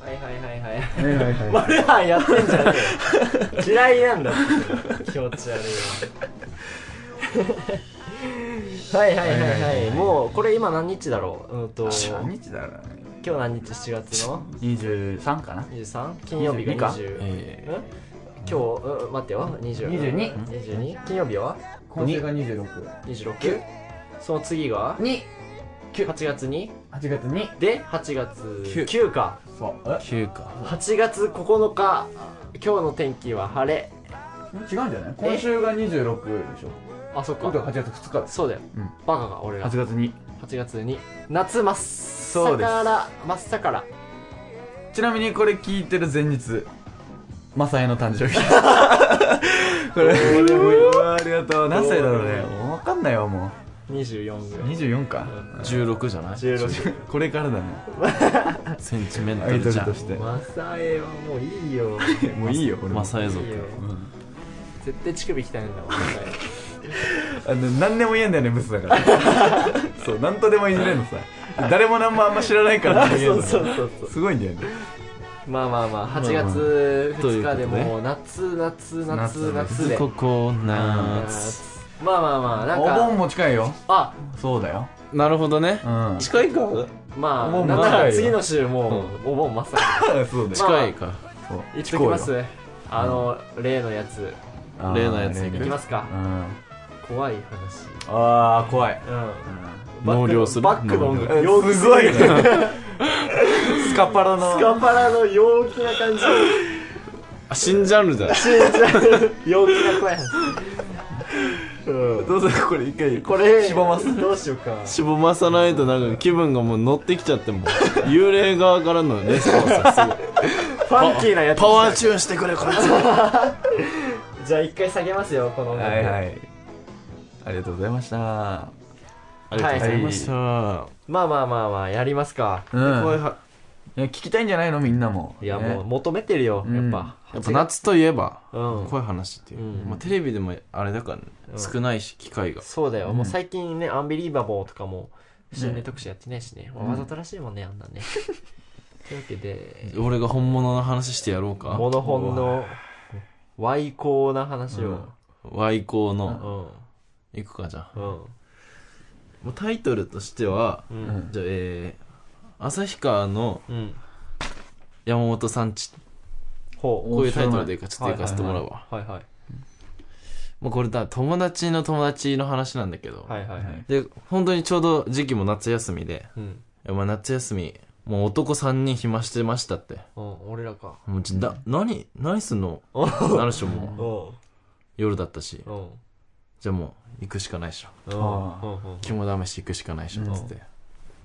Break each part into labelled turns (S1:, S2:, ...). S1: はいはいはいはい
S2: はいはいはい
S1: マルハンやってんじゃねえよ嫌いなんだって気持ち悪いわ はいはいはい
S2: は
S1: はい
S2: はい
S1: い
S2: はい
S1: もうこれ今何日だろううんと
S2: 何
S1: 今
S2: 日だろうね
S1: 日何日7月の
S2: 23かな
S1: 23? 金曜日
S2: 22
S1: が
S2: か
S1: 20、
S2: え
S1: ん今日、うん、待ってよ20
S3: 22
S1: 22金曜日は
S2: 今週が
S3: 26
S1: 26その次が
S3: に
S1: 8月に
S3: 8月に
S1: で8月
S2: 九
S1: 9か
S3: そうえ
S2: 9か
S1: 8月9日今日の天気は晴れ
S3: 違うんじゃない今週が26でしょ
S1: あそっ
S3: 今
S1: か
S3: 度が8月2日です
S1: そうだよ、
S2: うん
S1: バカが俺ら
S2: 8月に
S1: 8月に夏真っさ
S2: そうです
S1: から真っさから
S2: ちなみにこれ聞いてる前日マサエの誕生 日これうわありがとう何歳だろうねもう分かんないわも
S1: 24ぐ
S2: う
S1: らい
S2: 24か
S4: 16じゃない
S1: 16
S2: これからだね
S4: センチメンタ
S2: アイド
S4: ル
S2: ル
S4: じゃん
S2: として
S1: マサエはもういいよ
S2: もういいよこれ
S4: マサエ族
S1: いいよ
S2: うん
S1: 絶対乳首汚いんだもんマサエ
S2: あの何でも言えんだよねブスだから そう何とでもいじれんのさ誰も何もあんま知らないから何とでも言え
S1: そ
S2: んの
S1: うそうそうそう
S2: すごいんだよね
S1: まあまあまあ
S4: まあ
S1: 8月2日で
S4: ということで
S1: もう夏夏夏
S2: 夏
S1: 夏で
S4: ここな
S1: まあまあまあなん
S2: お盆
S1: か
S2: も近いよ
S1: あ
S2: そうだよ
S4: なるほどね
S2: うん
S4: 近いか
S1: まあ
S2: お盆
S1: なんな
S2: 長い
S1: ら
S2: よ
S1: 次の週もうお盆真っさか
S2: そうだよ
S4: 近いか
S2: そう
S1: ら行っときますあの例のやつ
S2: あー
S4: 例のやつ行
S1: 行きますか
S2: うん
S1: 怖い話
S2: あー怖い、
S1: うんバック
S4: 納涼する
S1: バックの音楽
S2: うん
S1: 陽気
S2: すごいねスカパラの
S1: スカパラの陽気な感じ
S4: あ新ジャンルだ
S1: 陽気な声うん
S2: どうするこれ一回
S1: これ
S2: しぼます
S1: どうしようか
S4: しぼまさないとなんか気分がもう乗ってきちゃ ってもう幽霊側からのレスポンスがすごい
S1: ファンキーなやつ
S4: パワーチューンしてくれこいつ
S1: じゃあ一回下げますよこの音楽
S2: はいはいありがとうございました
S4: ありがとうございました、
S1: まあまあまあまあやりますか
S2: うん
S4: こういう
S2: い
S4: は
S2: や聞きたいんじゃないのみんなも
S1: いや
S2: ね
S1: もう求めてるよ
S2: うん
S1: やっぱ
S4: やっぱ夏といえば
S1: うん
S4: こういう話っていう、
S1: うん
S4: まあ、テレビでもあれだからね、
S1: うん
S4: 少ないし機会が
S1: そうだよ
S2: うん
S1: もう最近ねアンビリーバボーとかも心霊
S2: ね
S1: 特集やってないしねまあ
S2: うん
S1: わざとらしいもんねあんなねというわけで
S4: 俺が本物の話してやろうか
S1: モノホンのワイコーな話を
S4: ワイコー
S1: う
S4: の、
S1: ん
S4: いくかじゃあ
S1: うん
S4: もうタイトルとしては、
S1: う
S2: うんん
S4: じゃあえー、旭川の
S1: うん
S4: 山本さんち
S1: ほ
S4: こういうタイトルでいいかちょっといかせてもらうわ、
S1: うはいはい
S4: もうこれだ友達の友達の話なんだけど、
S1: はいはいはい
S4: で本当にちょうど時期も夏休みで、
S1: うん
S4: まあ、夏休みもう男3人暇してましたって
S1: うん俺らか
S4: もうちだ何何すんの
S1: うん
S4: なるしも
S1: う
S4: う
S1: ん
S4: 夜だったし
S1: うん
S4: じゃあもう行くしかないっしょ
S1: うんうん
S4: 肝試し行くしかないっしょっつっ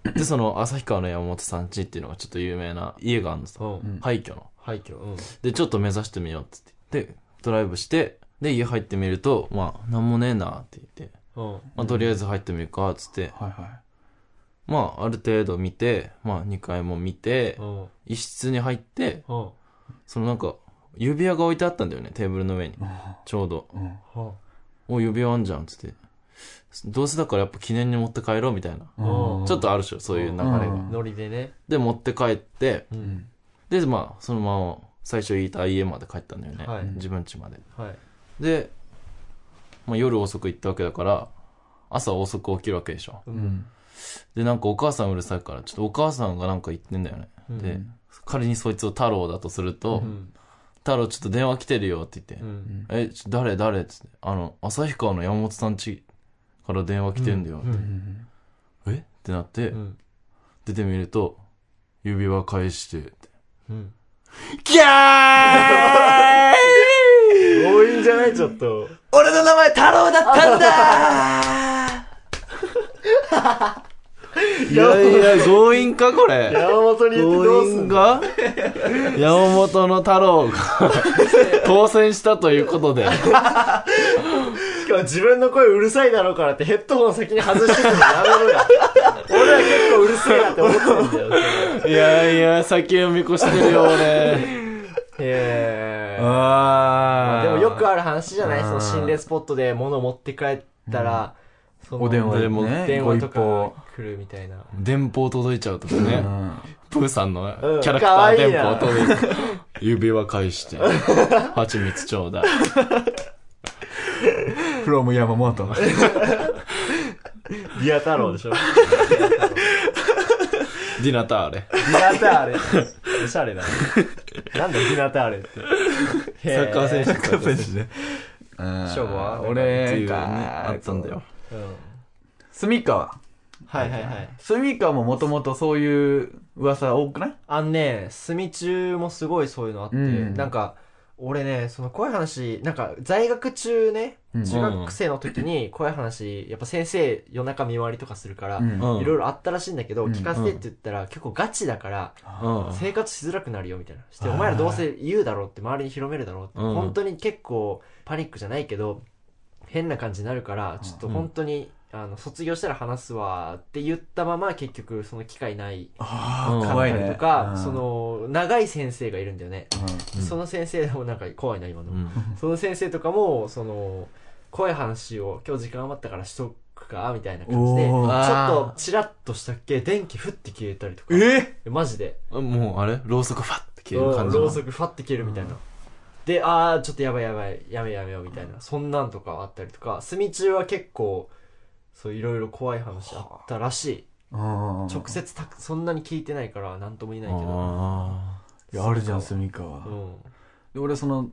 S4: て、でその旭川の山本さん家っていうのがちょっと有名な家があるのさ、
S1: うんうん
S2: ん
S4: 廃墟の
S1: 廃墟うん
S4: でちょっと目指してみようっつってでドライブしてで家入ってみるとまあ何もねえなって言って、
S1: うん
S4: まあ、とりあえず入ってみるかっつって、
S2: はいは
S4: まあある程度見てまあ2階も見て、
S1: うん
S4: 一室に入って
S1: うん
S4: そのなんか指輪が置いてあったんだよねテーブルの上にちょうど
S2: い、うん
S1: うん
S4: 「お指輪あんじゃん」っつってどうせだからやっぱ記念に持って帰ろうみたいな
S1: うん
S4: ちょっとあるでしょそういう流れが、
S2: うん
S1: ノリでね
S4: で持って帰って
S1: うん
S4: でまあそのまま最初いた家まで帰ったんだよね、
S1: はい
S4: 自分家まで
S1: はい
S4: で、まあ、夜遅く行ったわけだから朝遅く起きるわけでしょ
S1: う
S2: うんん
S4: でなんかお母さんうるさいからちょっとお母さんがなんか言ってんだよね、
S1: うん
S4: で仮にそいつを太郎だとすると「
S1: うん
S4: 太郎ちょっと電話来てるよ」って言って、
S1: うん
S4: え、ちょ誰誰っつって、あの、旭川の山本さん家から電話来てんだよ。
S1: うん
S2: うん
S4: えってなって、
S1: うん
S4: 出てみると、指輪返してって、
S1: うん
S4: ギャー
S1: 多いんじゃないちょっと
S2: 俺の名前太郎だったんだ
S4: いやいや、強引かこれ。
S1: 山本に言ってど
S4: 強
S1: うすん
S4: 引
S1: の
S4: が山本の太郎 が当選したということで。
S1: しかも自分の声うるさいだろうからってヘッドホン先に外してくのやめ ろよ俺ら結構うるせえなって思ってんだよ
S4: いやいや、先読み越してるよ、俺。
S1: へえま
S2: あ
S1: あ
S2: あ
S1: でもよくある話じゃない
S2: うん
S1: その心霊スポットで物持って帰ったら、その
S2: お電話
S4: でも
S2: ね
S1: 電話
S2: ご
S1: と
S2: 一報
S1: か来るみたいな。
S4: 電報届いちゃうとかね。
S2: うん
S4: プーさんの
S1: うん
S4: キャラクター電波を取り、指輪返して、 蜂蜜ちょうだい。
S2: フロム山本。
S1: リア太郎でしょ。
S4: ディナターレ。
S1: ディナター レ。おしゃれだね。なんだディナターレって。へ
S4: サ
S1: ー
S4: ッカー選手と
S2: カ
S4: か
S2: ップ選手ね。うん
S1: 勝負は
S2: 俺
S4: ね、
S2: か、
S4: あったんだよ。。
S1: うん
S2: 住川。
S1: はいはいはい。
S2: 住川ももともとそういう噂多くない
S1: あのね、住中もすごいそういうのあって、
S2: うん
S1: なんか、俺ね、その怖い話、なんか、在学中ね、
S2: うん
S1: 中学生の時に怖い話、やっぱ先生夜中見回りとかするから、
S2: ん
S4: うん
S1: いろいろあったらしいんだけど、
S2: うん
S1: 聞かせてって言ったら、結構ガチだから、
S4: うん。
S1: 生活しづらくなるよみたいな。して、
S4: あー
S1: お前らどうせ言うだろうって、周りに広めるだろうって、
S4: うん
S1: 本当に結構パニックじゃないけど、変な感じになるから、ちょっと本当に、あの、卒業したら話すわって言ったまま、結局その機会ない
S2: あ
S4: ー
S1: か
S2: 怖い
S1: ったり
S2: ね。
S1: とか、
S2: うん
S1: そ、の、長い先生がいるんだよね。
S4: うん
S1: その先生もなんか怖いな、今の。
S4: うん
S1: その先生とかも、その、怖い話を今日時間余ったからしとくか、みたいな感じで、ち
S2: お
S1: ょ
S2: ー
S1: っとチラッとしたっけ、電気ふって消えたりとか。
S2: え
S1: マジで。
S4: もうあれろうそくファッて消える
S1: う
S4: 感
S1: ん
S4: じ
S1: ろ
S4: の
S1: うそくファッて消えるみたいな。で、あー、ちょっとやばいやばい、やめやめようみたいな。そんなんとかあったりとか、住み中は結構、そう、いろいろ怖い話あったらしい。
S2: 直
S1: 直接たく、そんなに聞いてないから、なんとも言えないけど。
S4: あ
S2: いや、あるじゃん、住川
S1: う。ん。
S2: で俺、その、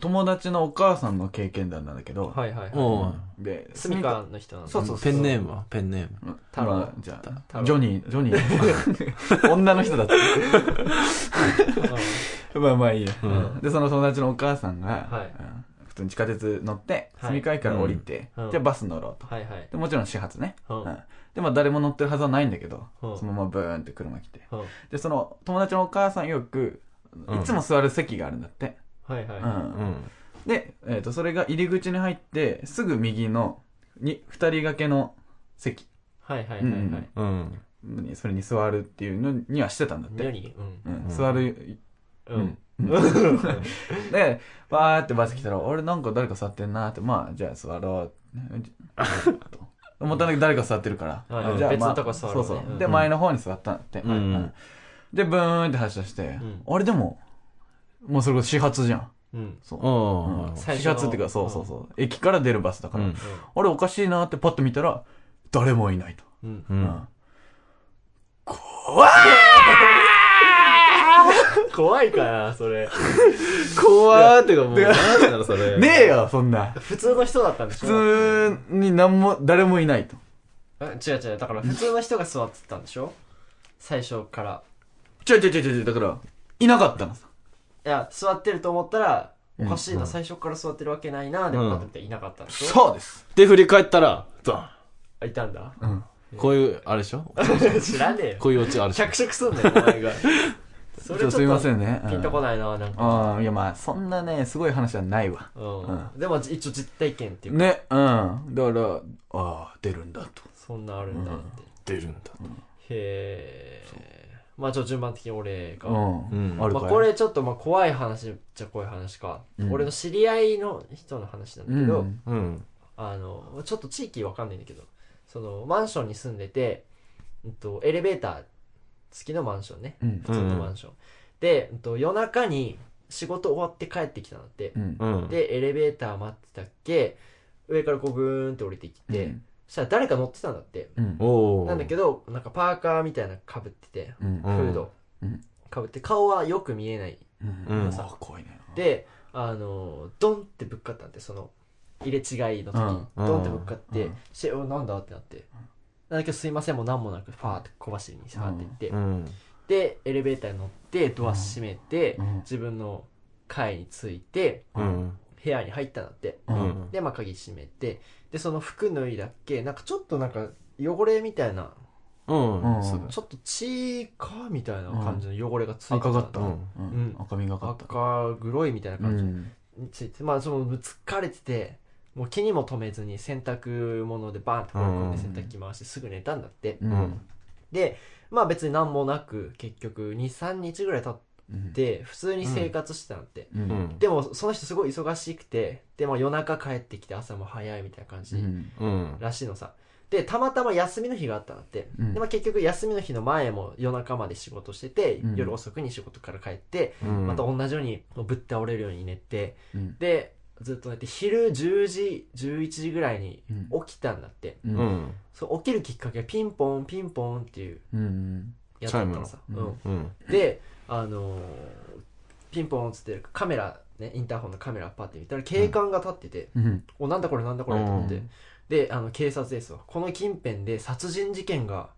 S2: 友達のお母さんの経験談なんだけど、
S1: はいはいは
S4: ー。
S1: い。
S4: も
S2: で、
S1: 住みかの人なの。
S2: そうそう
S4: う、ペンネームはペンネーム。
S2: うん
S1: 太郎
S2: まあじゃ
S1: 太
S2: あ、
S1: 郎
S2: ジョニー、ジョニー。 女の人だった。 まあまあいいや。
S4: うん
S2: で、その友達のお母さんが、
S1: はい
S2: うん普通に地下鉄乗って、
S1: はい
S2: 住川駅から降りて、
S1: うん
S2: じゃあバス乗ろうと。
S1: はいはい。
S2: でもちろん始発ね。
S1: うん。う
S2: うんんで、まあ誰も乗ってるはずはないんだけど、
S1: うん
S2: そのままブーンって車来て。で、その友達のお母さんよく、
S4: うん
S2: いつも座る席があるんだって。
S1: はいはい。
S2: う
S1: は
S4: うんん。
S2: で、えっと、それが入り口に入って、すぐ右の、に、二人掛けの席。
S1: いはいはい
S2: うん
S1: は
S2: う
S1: い
S2: ん。
S4: うん。
S2: にそれに座るっていうのにはしてたんだって。
S1: 何うん。
S2: うん
S4: うん
S2: 座る、
S1: う
S2: うんん。
S1: うん
S2: で、バーってバス来たら、俺なんか誰か座ってんなって、まあ、じゃあ座ろう。ねじと思ったんだけど、誰か座ってるから。
S1: はい
S2: じゃあ
S1: 別
S2: まあ
S1: のとこ座ろうね
S2: そうそうう。
S1: ん
S2: で、前の方に座ったんだって。
S4: うん
S2: はいで、ブーンって発車して
S1: ん、
S2: あれでも、もうそれこそ始発じゃん。
S1: うん。
S2: そう。
S4: あ
S2: うん
S4: あ。
S1: 最
S2: 始
S1: 初の
S2: 発っていうか、そうそうそう。駅から出るバスだか
S4: う
S2: ら。あ
S4: ん。
S2: れおかしいなってパッと見たら、誰もいないと。
S1: うん。
S4: うん。
S1: 怖いかな、それ。
S4: 怖ーってかもう、なんだろそれ
S2: ねえよ、そんな。
S1: 普通の人だったんでしょ
S2: 普通に何も、誰もいないと。
S1: え違う違う、だから普通の人が座ってたんでしょ最初から。
S2: ちょいちょいちょいちょい、だから、いなかったのさ。
S1: いや、座ってると思ったら、お
S2: うん
S1: かしいな、最初から座ってるわけないな、で
S4: うん
S1: もパッと見たらいなかったんでしょ
S2: そうです。
S4: で、振り返ったら、ドン
S1: あいたんだ。
S4: こういう、あれでしょ
S1: 知らねえよ。
S4: こういうオチあるでしょ
S1: 脚色すんだよ、お前が。そ
S2: ちょっとすいませ
S1: ん。
S2: んね。
S1: ピンとこないな、なんか。
S2: うん、いやまあ、そんなね、すごい話はないわ。
S1: うん。でも一応実体験っていうか、
S2: ね、うん。だから、ああ、出るんだと。
S1: そんなあるんだって。
S4: 出るんだ。
S1: へえ。まあちょっと順番的に俺が。
S2: う
S1: ま
S2: ん。
S4: うん
S2: ある
S1: あ
S2: かい
S1: こ、れちょっとまあ怖い話っちゃ怖い話か。
S2: うん
S1: 俺の知り合いの人の話なんだ
S2: う
S1: けど、
S2: ん。
S4: うん。
S1: あの、ちょっと地域わかんないんだけど、そのマンションに住んでて、うんと、エレベーター付きのマンションね。
S2: うん。
S1: 普通のマンション。で、うんと、夜中に仕事終わって帰ってきたんだって。
S2: うん。
S4: うん。
S1: で、エレベーター待ってたっけ、上からこうグーンって降りてきて、そしたら誰か乗ってたんだって。
S2: うん。
S4: おー。
S1: なんだけど、なんかパーカーみたいなの被ってて、
S2: うん
S1: フ。ード
S2: うん
S1: 被って、顔はよく見えない。
S2: うん。あ、怖いね。
S1: で、あの、ドンってぶっかったんで、その、入れ違いの時に、
S4: うん
S1: ドンってぶっかって、
S2: うん
S1: して、おなんだってなって。なんだけど、すいません、もう何もなく、ファーって小走りにファーって行って、
S4: うん。
S1: で、エレベーターに乗って、ドア閉めて、
S2: うん
S1: 自分の階に着いて、
S4: うん。
S1: 部屋に入ったんだって。
S2: う。
S4: うんん。
S1: で、まあ、鍵閉めて、で、その服脱いだっけ、なんかちょっとなんか、汚れみたいな、
S4: うん。
S2: うん
S4: そうだ
S1: ちょっと血かみたいな感じの汚れがついて
S2: 赤かった。
S4: う
S2: うんん。赤みがかった。
S1: 赤黒いみたいな
S2: う
S1: 感じ
S2: ん。
S1: について、まあその疲れててもう気にも留めずに洗濯物でバーンと放り込んで洗濯機回してすぐ寝たんだって、
S2: うん。
S1: でまあ別に何もなく結局23日ぐらい経っ
S2: うん
S1: で普通に生活してたのって、
S2: うん
S4: うん
S1: でもその人すごい忙しくてで、まあ、夜中帰ってきて朝も早いみたいな感じ
S2: うん
S4: うん
S1: らしいのさでたまたま休みの日があったんだって、
S2: うん
S1: でまあ、結局休みの日の前も夜中まで仕事してて、
S2: うん
S1: 夜遅くに仕事から帰って、
S4: うん
S1: また同じようにもうぶっ倒れるように寝て
S2: うん
S1: でずっと寝て昼10時11時ぐらいに
S2: うん
S1: 起きたんだって
S2: うん
S4: うん
S1: そう起きるきっかけがピンポンピンポンっていう
S2: うん
S1: やつだったのさ、
S2: チャイム
S1: う
S2: の
S1: ん、
S4: うん
S1: で、あのーピンポンっつってカメラ、ね、インターホンのカメラパッて見たら警官が立ってて、
S2: うん
S1: おなんだこれなんだこれと思って、
S2: う
S1: であの警察ですわこの近辺で殺人事件が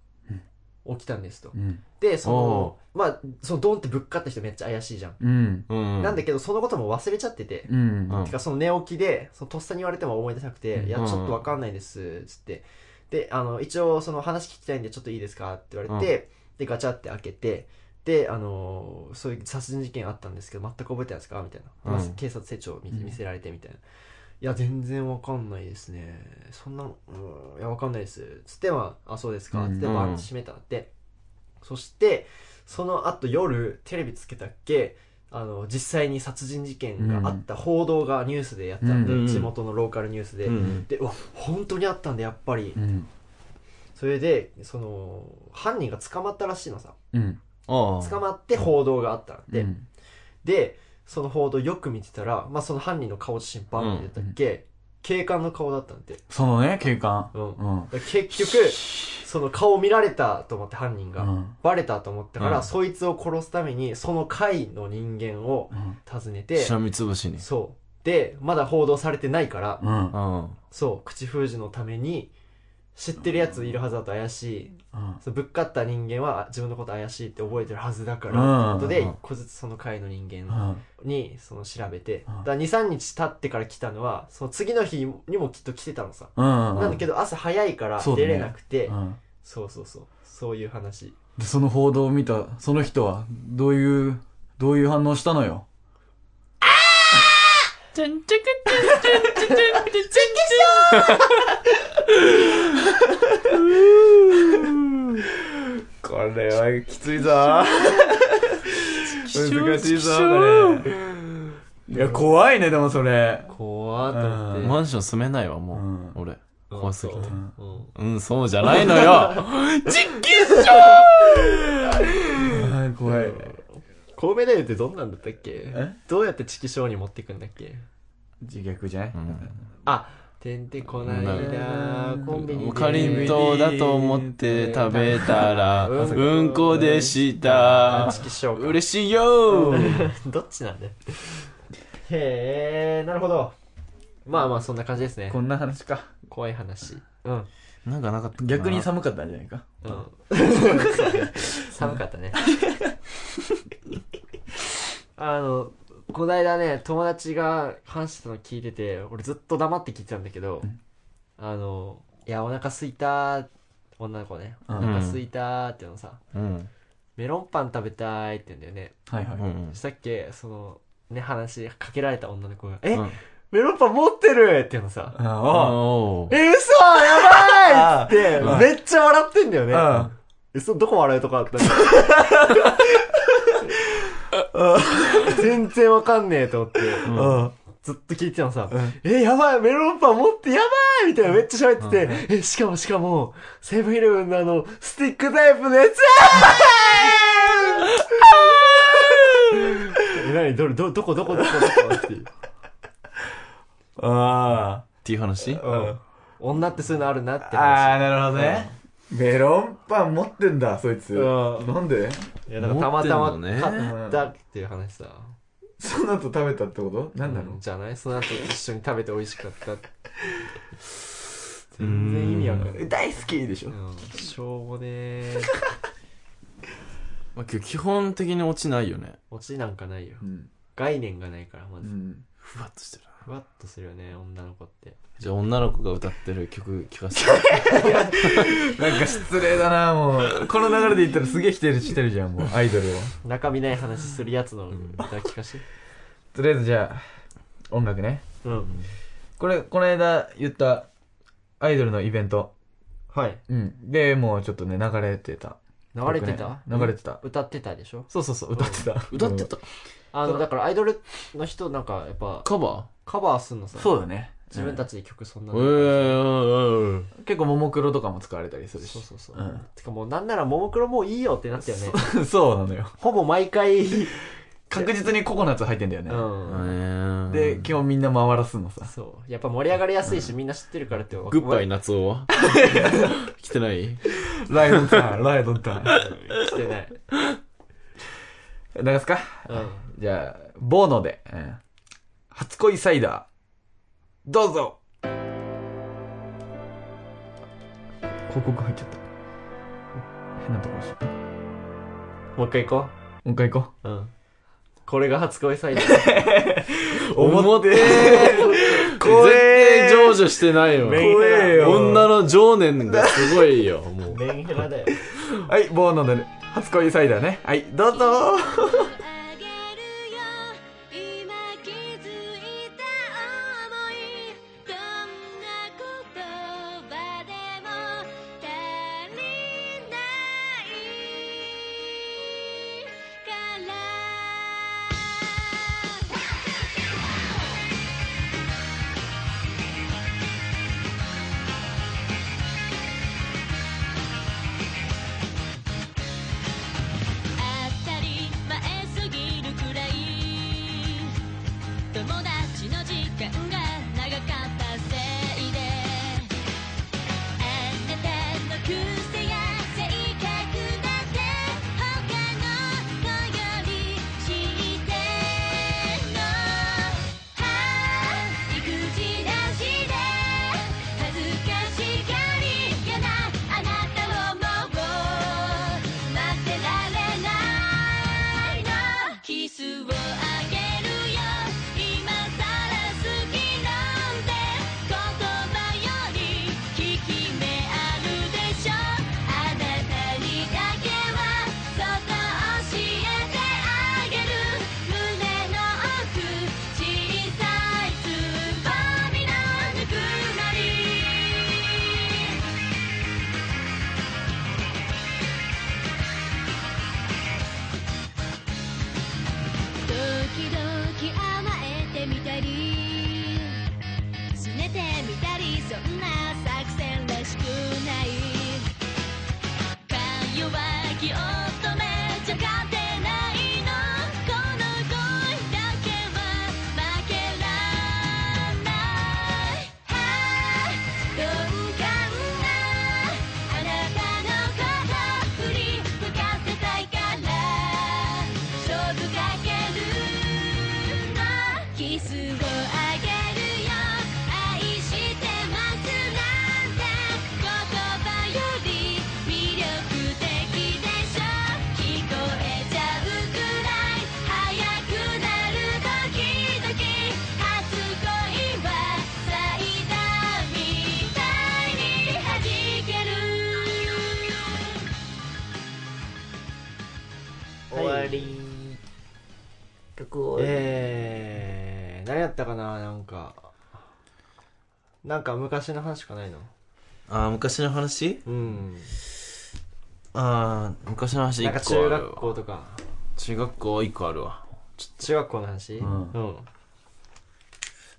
S2: うん
S1: 起きたんですと、
S2: うん
S1: でそのまあそのドンってぶっかった人めっちゃ怪しいじゃん、
S2: うん
S4: うん
S1: なんだけどそのことも忘れちゃってて、
S2: うん
S4: うん
S1: てかその寝起きでそのとっさに言われても思い出せなくて「
S2: うん
S1: いやちょっとわかんないです」つってであの一応その話聞きたいんでちょっといいですかって言われて、でガチャって開けてであのーそういう殺人事件あったんですけど全く覚えてないですかみたいな、まあ
S4: うん
S1: 警察手帳を見
S2: う
S1: て
S2: ん
S1: 見せられてみたいな。いや全然わかんないですねそんなのうんいやわかんないですつってまああそうですか
S2: うん
S1: つってバーンって閉めたって、そしてその後夜テレビつけたっけあの実際に殺人事件があった報道がニュースでやってたんで、
S4: うん
S1: 地元のローカルニュースで、
S4: うん
S1: でうわ本当にあったんだやっぱり、
S2: うん
S1: それでその犯人が捕まったらしいのさ
S2: うん
S4: ああ
S1: 捕まって報道があったんで、
S2: うん
S1: でその報道よく見てたら、まあ、その犯人の顔写真バンって出たっけ、警官の顔だったんで、
S2: そのね警官
S1: うんだか
S2: うん
S1: ら結局その顔見られたと思って犯人が、
S2: うん
S1: バレたと思ったから、
S4: うん
S1: そいつを殺すためにその会の人間を
S2: うん
S1: 訪ねて
S4: しらみつぶしに
S1: そうでまだ報道されてないから、
S2: うん
S4: うん
S1: そう口封じのために知ってるやついるはずだと怪しい、
S2: うん
S1: そのぶっかった人間は自分のこと怪しいって覚えてるはずだから、
S2: うん
S1: ってことで
S4: うん
S1: 一個ずつその会の人
S2: う
S1: 間
S2: ん
S1: にその調べて、
S2: うん
S1: だから23日経ってから来たのはその次の日にもきっと来てたのさ、
S2: うん
S1: なんだけど朝早いから
S2: そうだ
S1: 出
S2: ね
S1: れなくてそう,、
S2: うん
S1: そうそうそういう話
S2: でその報道を見たその人はどういうどういう反応したのよ
S4: これはきついぞ難しいぞこれ
S2: いや怖いねでもそれ
S1: 怖ーと思って、
S2: うん
S4: マンション住めないわもう、
S2: うん
S4: 俺怖すぎて
S1: うんうん
S4: うんそうじゃないのよ
S2: はい怖い
S1: 神戸大夫ってどんなんだったっけ
S2: え
S1: どうやってチキショーに持ってくんだっけ
S2: 自虐じゃない
S4: うん
S1: てんてこないだ
S2: うん
S1: コンビニで
S4: かりんとうだと思って食べたら、うんこでした。
S1: チキショー
S4: 嬉しいよ
S1: し どっちなんだよへえなるほどまあまあそんな感じですね
S2: こんな話か
S1: 怖い話うん
S4: なんかなかったかな
S2: 逆に寒かったんじゃないか
S1: うん寒かったね あのこないだね友達が話してたの聞いてて俺ずっと黙って聞いてたんだけど、あの「いやお腹すいたー」女の子ね「お
S2: うん
S1: 腹すいたー」っていうのさ、
S4: うん。
S1: メロンパン食べたい」って言うんだよね
S2: はいは
S4: う
S2: い
S4: ん。
S1: さっきそのね話かけられた女の子が「え、
S4: うん
S1: メロンパン持ってる!」っていうのさ
S2: あ
S4: お
S1: 「え嘘やば い!」っつって
S2: うん
S1: めっちゃ笑ってんだよね、
S2: あうん
S1: 嘘どこ笑うとこあったの全然わかんねえと思って、
S2: うん
S1: ずっと聞いてたのさ、
S2: うん
S1: え、やばい、メロンパン持ってやばいみたいなめっちゃ喋ってて、え、しかもしかも、セブンイレブンのあの、スティックタイプのやつえ、なに、どれ、ど、どこ、どこ、どこ、どこっていう。
S2: あ
S4: っていう話
S2: あうん
S1: 女ってそういうのあるなって話。
S2: あー、なるほどね。メロンパン持ってんだ、そいつ。
S1: う
S2: なんで
S1: いや、だからたまた
S4: 持ってんの
S1: ま
S4: ね
S1: 買ったっていう話さ。
S2: その後食べたってことなんだろう
S1: じゃないその後一緒に食べて美味しかった。 全然意味わかんない。
S2: 大好きでしょ
S1: うんしょうもねえ。
S4: まあ今日基本的に落ちないよね。
S1: オチなんかないよ。
S2: うん。
S1: 概念がないから、ま
S2: う
S1: ず。
S2: ん。
S4: ふわっとしてるな。
S1: ふわっとするよね、女の子って。
S4: じゃあ女の子が歌ってる曲聞かせて。
S2: なんか失礼だな、もう。この流れで言ったらすげえ否定してるじゃん、もう、アイドルを。
S1: 中身ない話するやつの歌聞かして。
S2: とりあえずじゃあ、音楽ね。
S1: うん。
S2: これ、この間言った、アイドルのイベント。
S1: はい。
S2: うん。で、もうちょっとね、流れてた。
S1: 流流れてた
S2: 僕ね流れてた。
S1: 歌ってたでしょ
S2: そうそうそう、歌ってた。
S4: 歌ってた
S1: あの、だからアイドルの人なんかやっぱ
S4: カバ
S1: カバーすんのさ、
S2: そうだね。
S1: 自分たちで曲そんな
S4: ー
S1: の、
S2: う
S4: え
S2: ん結構、ももクロとかも使われたりする
S1: そう
S2: し。
S1: そうそう。
S2: うん
S1: てかもうなんならももクロもういいよってなったよね。
S2: そうなのよ。
S1: ほぼ毎 回、
S2: 確実にココナッツ入ってんだよね
S1: う。
S4: え
S1: ん。
S4: ー
S2: で、基本みんな回らすのさ。
S1: そう。やっぱ盛り上がりやすいし、みんな知ってるからって。グ
S4: グッバイ夏男は来てない
S2: ライドンタン、 ライドンタン。
S1: してない。
S2: 流すか
S1: うん。
S2: じゃあ、ボーノで、うん初恋サイダー、どうぞ広告入っちゃった。変なとこ押しちゃった。も
S1: もう一回行こ
S2: う一回行こ
S1: う。うん。これが初恋サイダー。
S2: う。表
S4: 絶
S2: 怖え
S4: 対成就してないよ。
S2: 怖えよ。
S4: 女の情念がすごいよ、も う。
S1: メンヘラだよ。
S2: はい、ボーノで、初恋サイダーね。はい、どうぞ
S5: あげるよ今気づいた想いどんな言葉でも足りないから「当たり前すぎるくらい」「友達の時間が長かったせいで」「あなたの癖や性格だって他の子より知ってんの」「はぁ育児なしで恥ずかしがりやなあなたをもう待ってられないの」「キスをあげるよ今さら好きなんて言葉より効き目あるでしょ」「あなたにだけはそっと教えてあげる」「胸の奥小さいつぼみのぬくもり」「ドキドキ甘えてみたり」「すねてみたりそんな作戦らしくない」「か弱気乙女じゃ勝てないの」「この恋だけは負けらんない」「ああ鈍感なあなたのこと振り向かせたいから」「勝負かけるの」「キスをあげるよ」「愛してますなんて言葉より魅力的でしょ」「聞こえちゃうくらい早くなるドキドキ」「初恋は咲いたみたいに弾ける」
S1: 終わり
S6: 曲を、
S1: えー、何やったかななんか。なんか昔の話しかないの
S4: あー、昔の話
S1: うん。
S4: あー、昔の話
S1: なんか
S4: 一個
S1: 中
S4: ある
S1: 学
S4: わ。
S1: 校とか。
S4: 中学校一個あるわ。
S1: 中学校の話うん。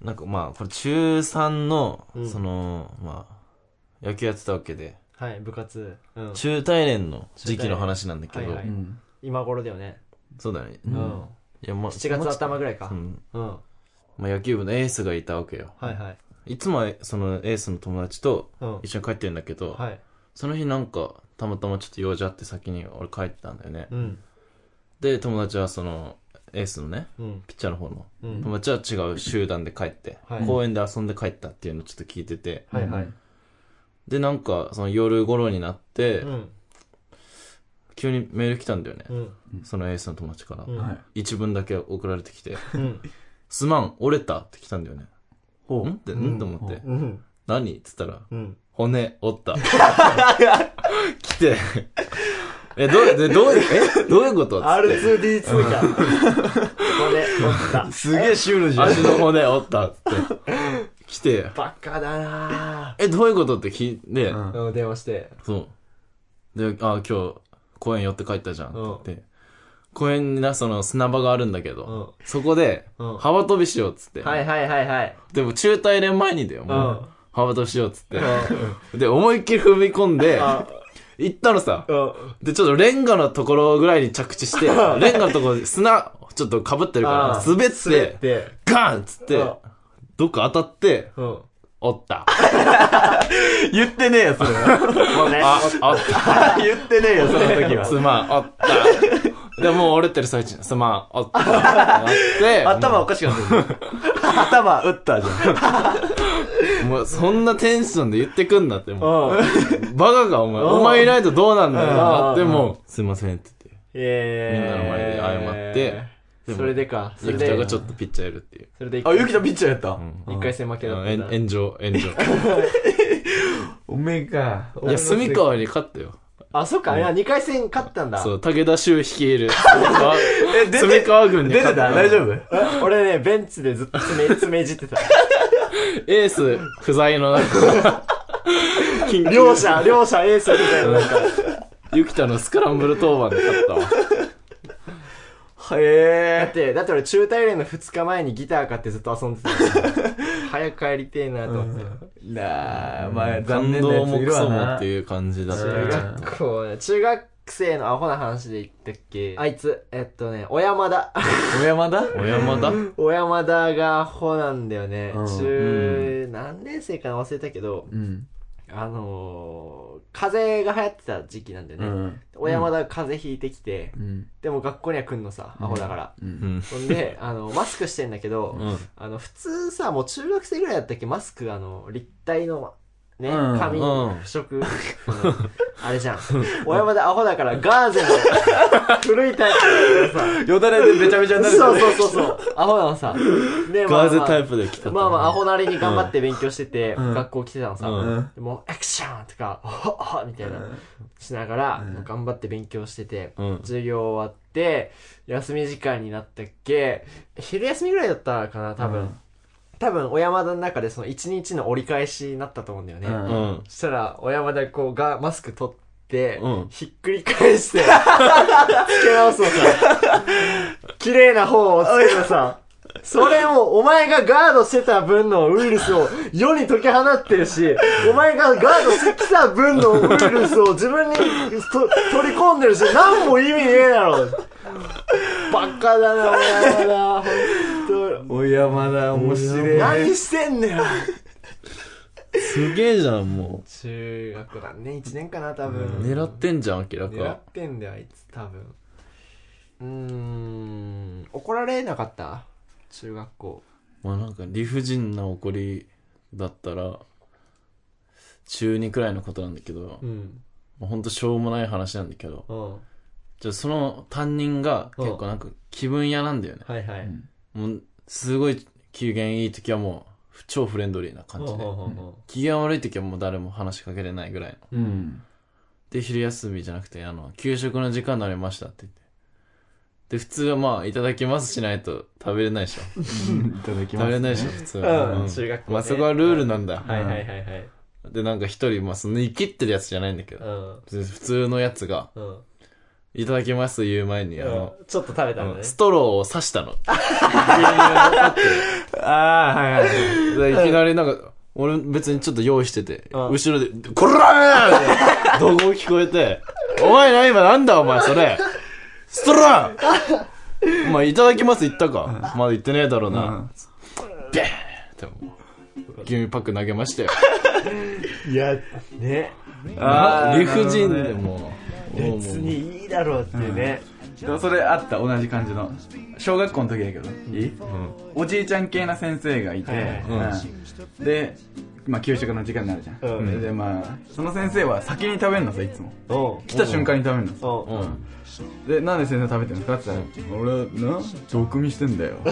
S4: なんかまあ、これ中3の
S1: う、ん
S4: その、まあ、野球やってたわけで、
S1: はい、部活。うん。
S4: 中大連の時期の話なんだけ
S1: 中
S4: ど
S1: 大、連はい今頃だよね。
S4: そうだね。
S1: う
S4: い
S1: ん。
S4: や、まあ、
S1: 7月頭ぐらいうか。
S4: ん
S1: うん。は
S4: まあ野球部のエースがいたわけよ。
S1: いはい。
S4: いつもはそのエースの友達と
S1: うん。
S4: 一緒に帰ってるんだけど、
S1: はい。
S4: その日なんか、たまたまちょっと用事あって先に俺帰ってたんだよね。
S1: うん。
S4: で、友達はその、エースのね、
S1: うん。
S4: ピッチャーの方の、
S1: うん
S4: 友達は違う集団で帰って、
S1: はい
S4: 公園で遊んで帰ったっていうのをちょっと聞いてて、
S1: はいはい。
S4: で、なんか、その夜頃になって、
S1: うん。
S4: 急にメール来たんだよね。
S1: うん。
S4: そのエースの友達から
S1: う。ん。
S3: はい
S4: 一文だけ送られてきて、
S1: うん。
S4: すまん、折れたって来たんだよね。
S2: ほ
S4: んって、んと思って、
S1: うん。
S4: 何って言ったら、
S1: うん。
S4: 骨折った。来て。え、どう、でどういう、え、どういうことつっ
S1: R2D2
S4: て
S1: か。こ れ、折った。
S2: すげえシュールじゃん。
S4: 足の骨折ったっつって。来て、
S1: バカだな
S4: え、どういうことって聞いて、
S2: うん
S1: ぁ。うん、電話して。
S4: そう。で、あ、今日、公園寄って帰ったじゃんって言って、
S1: う
S4: 公園にな、その砂場があるんだけど、
S1: うん
S4: そこで、
S1: うん
S4: 幅跳びしようっつって。
S1: はいはいはいはい。
S4: でも中大連前にだよ、
S1: う
S4: も
S1: ん
S4: う。。幅跳びしようっつって。で、思いっきり踏み込んで、
S1: あ
S4: 行ったのさ。
S1: うん。
S4: で、ちょっとレンガのところぐらいに着地 して、レンガのところで砂、ちょっと被ってるから
S1: あ、ー
S4: 滑っ、
S1: 滑ってて。
S4: ガーンっつって
S1: うん、
S4: どっか当たって、
S1: うん。も
S4: おった。
S2: 言ってねえよ、それは。
S1: うね。
S4: あ、おった。
S2: 言ってねえよ、その時は。
S4: すまん、おった。で、もう折れてる最中に、すまん、おった。ってなって、
S1: 頭おかしくなってる。
S2: 頭打ったじゃん。
S4: もうそんなテンションで言ってくんなって、も
S1: う
S4: う。
S1: ん。
S4: バカか、お前。お前いないとどうなんだよなって、
S1: うん
S4: もう、すいませんって言って。
S1: えー。
S4: みんなの前で謝って
S1: それでか。そ
S4: ゆ
S1: れ
S4: きたが
S1: で、
S4: ちょっとピッチャーやるっていう。
S1: それで一
S2: あ、ゆ
S1: 回
S2: きとピッチャーやった、
S4: うん
S1: 一回戦負けだ
S4: あ
S1: っ
S4: え
S1: た
S4: ん
S1: な。
S4: 炎上、炎 上。
S2: おめえか。
S4: いや、住川に勝ったよ。
S1: あ、そっか。いや、二回戦勝ったんだ。
S4: そう、武田修率 いる。え、
S2: 出て
S4: 住川軍に
S2: 出てた大丈夫
S1: え俺ね、ベンチでずっと爪、爪いじってた。
S4: エース不在の中、 緊急
S1: 両者、両者エースみたいな。
S4: ゆきたのスクランブル当番で勝ったわ。
S1: だって、だって俺中大連の2日前にギター買ってずっと遊んでたから。早く帰りてえなと思って。
S2: なあ、まあ、残
S4: 感
S2: 念な
S4: 動
S2: やつ
S4: も
S2: いる
S4: ク
S2: わ
S4: ソも
S2: な。
S4: っていう感じだった。
S1: 中学校ね、中学生のアホな話で言ったっけあいつ、えっとね、小山田。
S2: 小山だ
S4: 小山だ
S1: 小山田がアホなんだよね。
S2: うん
S1: 中、何年生かな忘れたけど、
S2: うん。
S1: あのー、風邪が流行ってた時期なんだよ
S2: う
S1: ね。
S2: ん。
S1: 小山田が風邪ひいてきて、
S2: うん。
S1: でも学校には来んのさ、アホだから。
S2: うん
S4: うん。
S1: ほんで、あの、マスクしてんだけど、
S4: うん。
S1: あの、普通さ、もう中学生ぐらいだったっけ、マスク、あの、立体の、ね、
S2: うん
S1: 紙、
S4: うん
S1: 不織布の、あれじゃん。小山田アホだから、ガーゼの、古いタイプのさ、
S2: よだれでべちゃべちゃになる
S1: そうそうそうそう、アホなのさ。で、まあ
S4: ガーゼ
S1: まあ
S4: タイプで来た。
S1: まあまあ、アホなりに頑張って勉強してて、
S2: うん
S1: 学校来てたのさ。
S4: うん
S2: うん。
S1: でもう、アクションとか、おほおほみたいな、しながら、頑張って勉強してて、
S4: うん。
S1: 授業終わって、休み時間になったっけ、昼休みぐらいだったかな、多分。
S2: うん
S1: 多分、小山田の中でその一日の折り返しになったと思うんだよね。
S2: うん
S4: うん。
S1: そしたら、小山田こうが、マスク取って、
S4: うん
S1: ひっくり返 して、つけ直すのさ、綺麗な方をつけてさ、それも、お前がガードしてた分のウイルスを世に解き放ってるし、お前がガードしてきた分のウイルスを自分にと取り込んでるし、何も意味ねえだろ。バカだな、小山田。ほんと。
S2: 小山だ、面白い。
S1: 何してんねん。
S4: すげえじゃん、も
S1: 中学何年1年かな多分、
S4: う。狙ってんじゃん、明ら
S1: 狙っ
S4: か。
S1: てんだよあいつ多分うーん怒られなかった中学校
S4: まあなんか理不尽な怒りだったら、中2くらいのことなんだけど、
S1: うん
S4: まあほんとしょうもない話なんだけど、
S1: うんは
S4: じゃあその担任が結構なんか気分屋なんだよね。
S1: いはい、
S4: もう、すごい機嫌いい時はもう、超フレンドリーな感じで。
S1: う
S4: 機嫌悪い時はもう誰も話しかけれないぐらいの。
S1: ん
S2: うん。
S4: で、昼休みじゃなくて、あの、給食の時間になりましたって言って。で、普通はまあ、いただきますしないと食べれないでしょ。
S2: いただき
S4: 食べ
S2: ます。
S4: れないでしょ、普通
S1: う
S4: は。
S1: ん中学校ね
S4: まあ、そこはルールなんだ。
S1: はいはいはいはい
S4: で、なんか一人、まあ、その、生きってるやつじゃないんだけ
S1: う
S4: ど、
S1: ん
S4: 普通のやつが、
S1: うん
S4: いただきます言う前に、あの、
S1: ちょっと食べた
S4: あ
S1: のね
S4: のストローを刺したの。
S2: ああ、はいはいはい。
S4: でいきなりなんか、俺別にちょっと用意してて、
S1: うん
S4: 後ろで、こらーって、怒号聞こえて、お前な、今なんだお前それ、ストラーお前いただきます言ったか。まだ言ってねえだろうな。ビャーってもう、牛乳パック投げましたよ。
S1: いやね
S2: あー
S4: 理不尽
S2: な
S4: で
S2: るほ
S4: もう、もうも
S1: 別
S4: う
S1: にいいだろうってね、
S2: でもそれあった、同じ感じの。小学校の時だけど、いいおじいちゃん系な先生がいて、うんで、まあ給食の時間になるじゃん。
S1: うん
S2: で、まあ、その先生は先に食べるのさ、いつも。
S1: うん、うん
S2: 来た瞬間に食べるのさ。
S1: うん
S4: うん。
S2: で、なんで先生食べてるんですかって言ったら、俺、な、毒味してん だよ。うんで。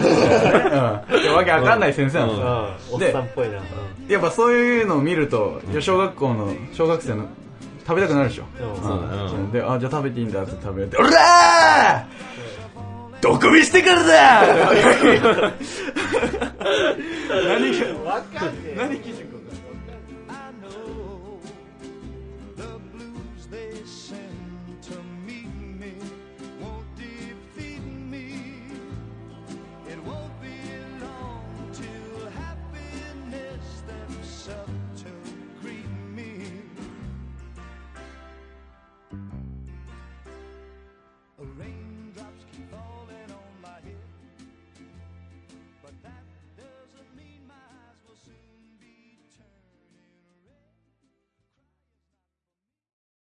S2: わけわかんない先生なのさ。
S1: おっさんっぽいなう
S2: やっぱそういうのを見ると、いや小学校の、小学生の、食べたくなるでしょ。
S1: んうん
S2: うんで、あ、じゃあ食べていいんだって食べて、おらー毒味してくるだ 何が、
S1: わかんねえ
S2: 何基準